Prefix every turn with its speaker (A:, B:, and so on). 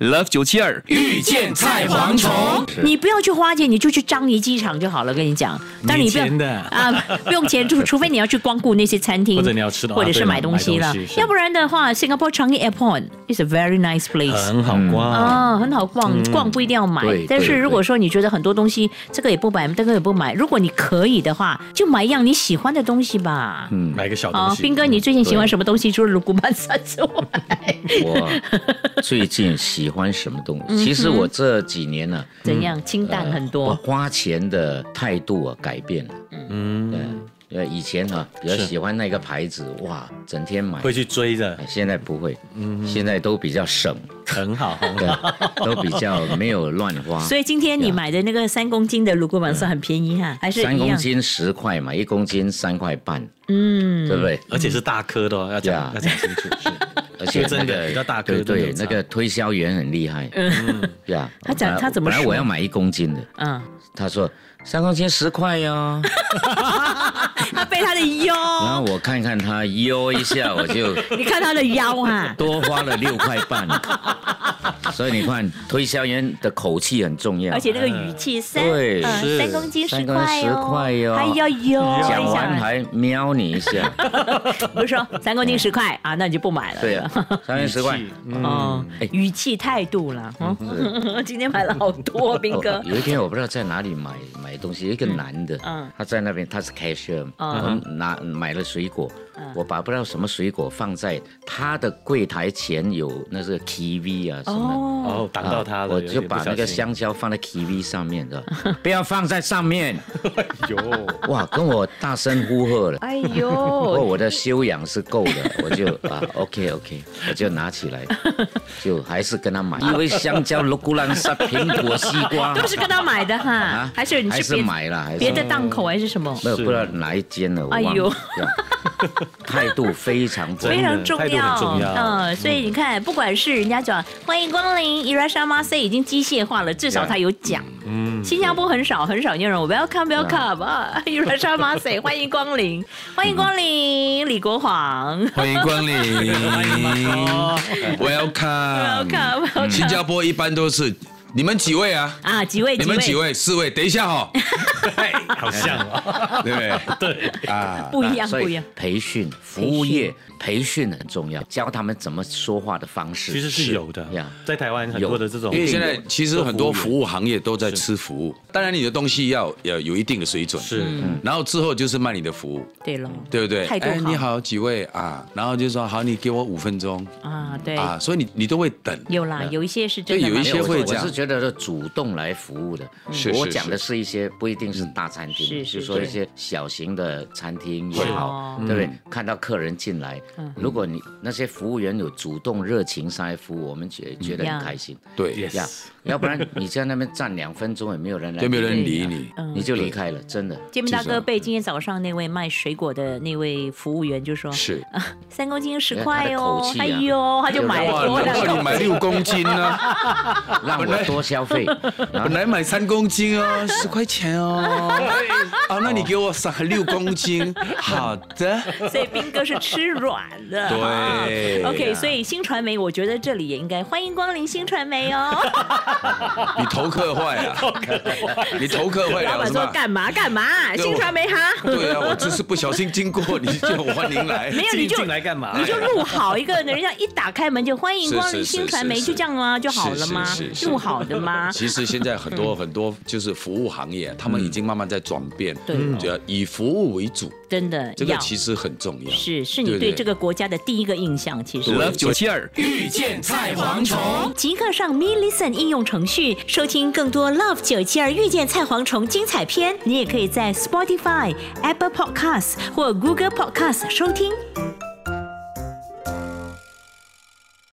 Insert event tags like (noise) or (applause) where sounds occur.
A: Love 九七二遇见菜蝗虫，
B: 你不要去花街，你就去章鱼机场就好了。跟你讲，但你不要
C: 没钱的
B: 啊，不用钱，
C: (laughs)
B: 除除非你要去光顾那些餐厅，
C: 或者你要吃到啊
B: 或者是
C: 对
B: 买东西了
C: 买东西。是
B: 要不然的话，Singapore Changi Airport is a very nice place。
C: 很好嗯逛。
B: 啊，很好逛，逛不一定要买
A: 对。
B: 但
A: 对
B: 是如果说你觉得很多东西这个也不买，那个也不买，如果你可以的话，就买一样你喜欢的东西吧。
C: 买个小嗯东
B: 啊，
C: 西，嗯
B: 斌哥，你最近喜欢
A: 对
B: 什么东西？除了古曼山之外，
A: 我最近喜欢什么东
C: 嗯
A: 西？其实我这几年呢、呃
B: 怎样清
C: 呃
B: 淡很
A: 我
B: 多？
A: 花钱的态度啊改变了。
C: 嗯，
A: 对，呃，以前啊比较
C: 是
A: 喜欢那个牌子，哇，整天买。
C: 会去嗯追的，
A: 哎现在不会，现在都比较
C: (laughs)
A: 省，
C: 很好，很好
A: 对，都比较没有乱花。
B: 所以今天你买的那个三公斤的鲁古曼山很便宜哈，还
A: 嗯
B: 是
A: 三
B: 一
A: 公
B: 样？
A: 斤十块嘛，一公斤三块半，
B: 嗯，
A: 对不对？
C: 而且是大颗的哦，要讲
A: Yeah
C: 要讲清楚，是
A: 而且
C: 真的比较大颗
A: 对
C: 真的
A: 对，
C: 有差
A: 那个推销员很厉害，对啊。
B: 嗯他讲
A: 本来
B: 他怎么
A: 本来我
B: 说
A: 要买一公斤的，
B: 嗯，
A: 他说三公斤十块哟、
B: 他被他的
A: 然
B: 腰，
A: 后我看看他悠一下，我就
B: 你看他的腰啊，
A: 多花了六块
B: (laughs)
A: 半。所以你看，推销员的口气很重要。
B: 而且那个语气三，
A: 啊对
B: 呃
C: 是
B: 三公斤十
A: 三公斤
B: 块
A: 十块哟
B: 还要腰一
A: 讲完
B: 下，
A: 还瞄你一
B: (laughs)
A: 下，
B: 不是说三公斤十块啊，那你就不买了。
A: 对呀、啊，嗯哎三元十块。
C: 语气
B: 哦，语气态度啦，嗯， (laughs) 今天买了好多，斌哥
A: (laughs) 哦。有一天我不知道在哪里买买东西，一个男的，
B: 嗯
A: 他在那边他是 cashier，、我
B: 嗯
A: 们拿买了水果，我把不知道什么水果放在他的柜台前有那是 kiwi 啊什么的。
B: 哦，
C: 哦，挡到他
A: 啊
C: 了，
A: 我
C: 有
A: 就
C: 点不
A: 把那个
C: 小心，
A: 香蕉放在 kiwi 上面的，不要放在上面，
C: 有
A: 哇，跟我大声呼喝了。
B: 哎
A: 不过
B: 呦，
A: 我的修养是够的，我就啊，OK OK，我就拿起来，就还是跟他买，因为香蕉、罗古兰沙、苹果、西瓜
B: 都是跟他买的哈，还是你
A: 啊还
B: 去
A: 是
B: 别
A: 买嗯了，还是
B: 别的档口还是什么？
A: 没有不知道哪一间了，我
B: 哎
A: 忘
B: 呦
A: 了。这样态度非常不好
B: 非
C: 真的
B: 常重
C: 态度
B: 要，
C: 很重要
B: 嗯，所以你看，不管是人家讲欢迎光临 i r a s h a m a s e 已经机械化了，至少
A: Yeah
B: 他有讲。嗯，新加坡很少很少有人 Welcome Welcome 啊 i r a s h a m a s e 欢迎光临，欢迎光临李国煌
D: 欢迎光临，Welcome，Welcome。
B: ，Welcome Welcome
D: 新加坡一般都是你们几位啊？
B: 啊，几位
D: 你们几？位？四位。等一下哈、
C: 哎好像哦，
D: 哦，对不对？对啊，
B: 不一样
A: 所
B: 不一
A: 以
B: 样，
A: 培训服务业培训很重要，教他们怎么说话的方式。
C: 其实是有的
A: 呀，
C: 在台湾很多的这种，
D: 因为现在其实很多服
C: 务
D: 务行业都在吃服务，当然你的东西要要有一定的水准，
C: 是，
B: 嗯
D: 然后之后就是卖你的服务，
B: 对了，
D: 对不对？哎
B: 态度好
D: 你好，几位啊？然后就说好，你给我五分钟
B: 啊，对，
D: 啊，所以你你都会等。
B: 有啦，有一些是真的
D: 对有
B: 蛮
D: 一
B: 不
D: 些
B: 错的，
D: 会这
A: 我
D: 样
A: 是觉得是主动来服务的。
D: 是
A: 我
D: 是
A: 讲的是一些不一定是大餐厅，
B: 是是哦
A: 就说
B: 是
A: 一些小型的餐厅也好，
B: 是
A: 对不
D: 嗯
A: 对？看到客人进来，
B: 嗯
A: 如果你那些服务员有主动热情上来服务，我们觉觉得
B: 呀
A: 很开心。
D: 对，
A: 呀
C: Yes，
A: 要不然你在那边站两分钟也没有人来，
D: 就没有人嗯理你。
B: 嗯
A: 你就离开了，真的。
B: 杰明大哥被今天早上那位卖水果的那位服务员就说，
D: 是，
B: 三公斤十
A: 哎
B: 块
A: 他的
B: 哦
A: 口，气啊
B: 哎呦，他就买
D: 哇，
B: 了多
D: 难
B: 两
D: 怪
B: 个
D: 你买六公斤呢、
A: 让我多消
D: (laughs)
A: 费，然后
D: 本来买三公斤 (laughs) 哦，十块钱哦。啊，那你给我三六公斤，好的。
B: 所以斌哥是吃软的。
D: (laughs)
B: 啊
D: 对
B: OK，所以新传媒，我觉得这里也应该欢迎光临新传媒
D: (laughs)
B: 哦。
D: 你头磕坏 (laughs) 了，你头磕坏
B: 老
D: 了
B: 板
D: 是
B: 说
D: 吧？
B: 干嘛干嘛，
D: 啊对
B: 新传
D: (laughs)
B: 媒哈，
D: 对啊，我就是不小心经过，你就欢迎来。 (laughs)
B: 没有
C: 进
B: 你就
C: 进来干嘛？
B: 你就录好一个，人家一打开门就欢迎光临
D: 是是是
B: 新传媒，
D: 是
B: 就这样吗？就好了吗
D: 是是？是
B: 录好的
D: (laughs)
B: 吗？
D: 其实现在很多很多就是服务行业，他们已经慢慢在转变，
B: 对哦
D: 就要以服务为主，
B: 真的
D: 这个
B: 要
D: 其实很嗯重要。
B: 是是你
D: 对
B: 对
D: 对
B: 这个国家的第一个印象，其实。
D: Love 九七二。
B: 即刻上 Me Listen 应用程序收听更多 Love 九七二遇见菜蝗虫精彩片。你也可以在 Spotify、Apple Podcasts 或 Google Podcasts 收听。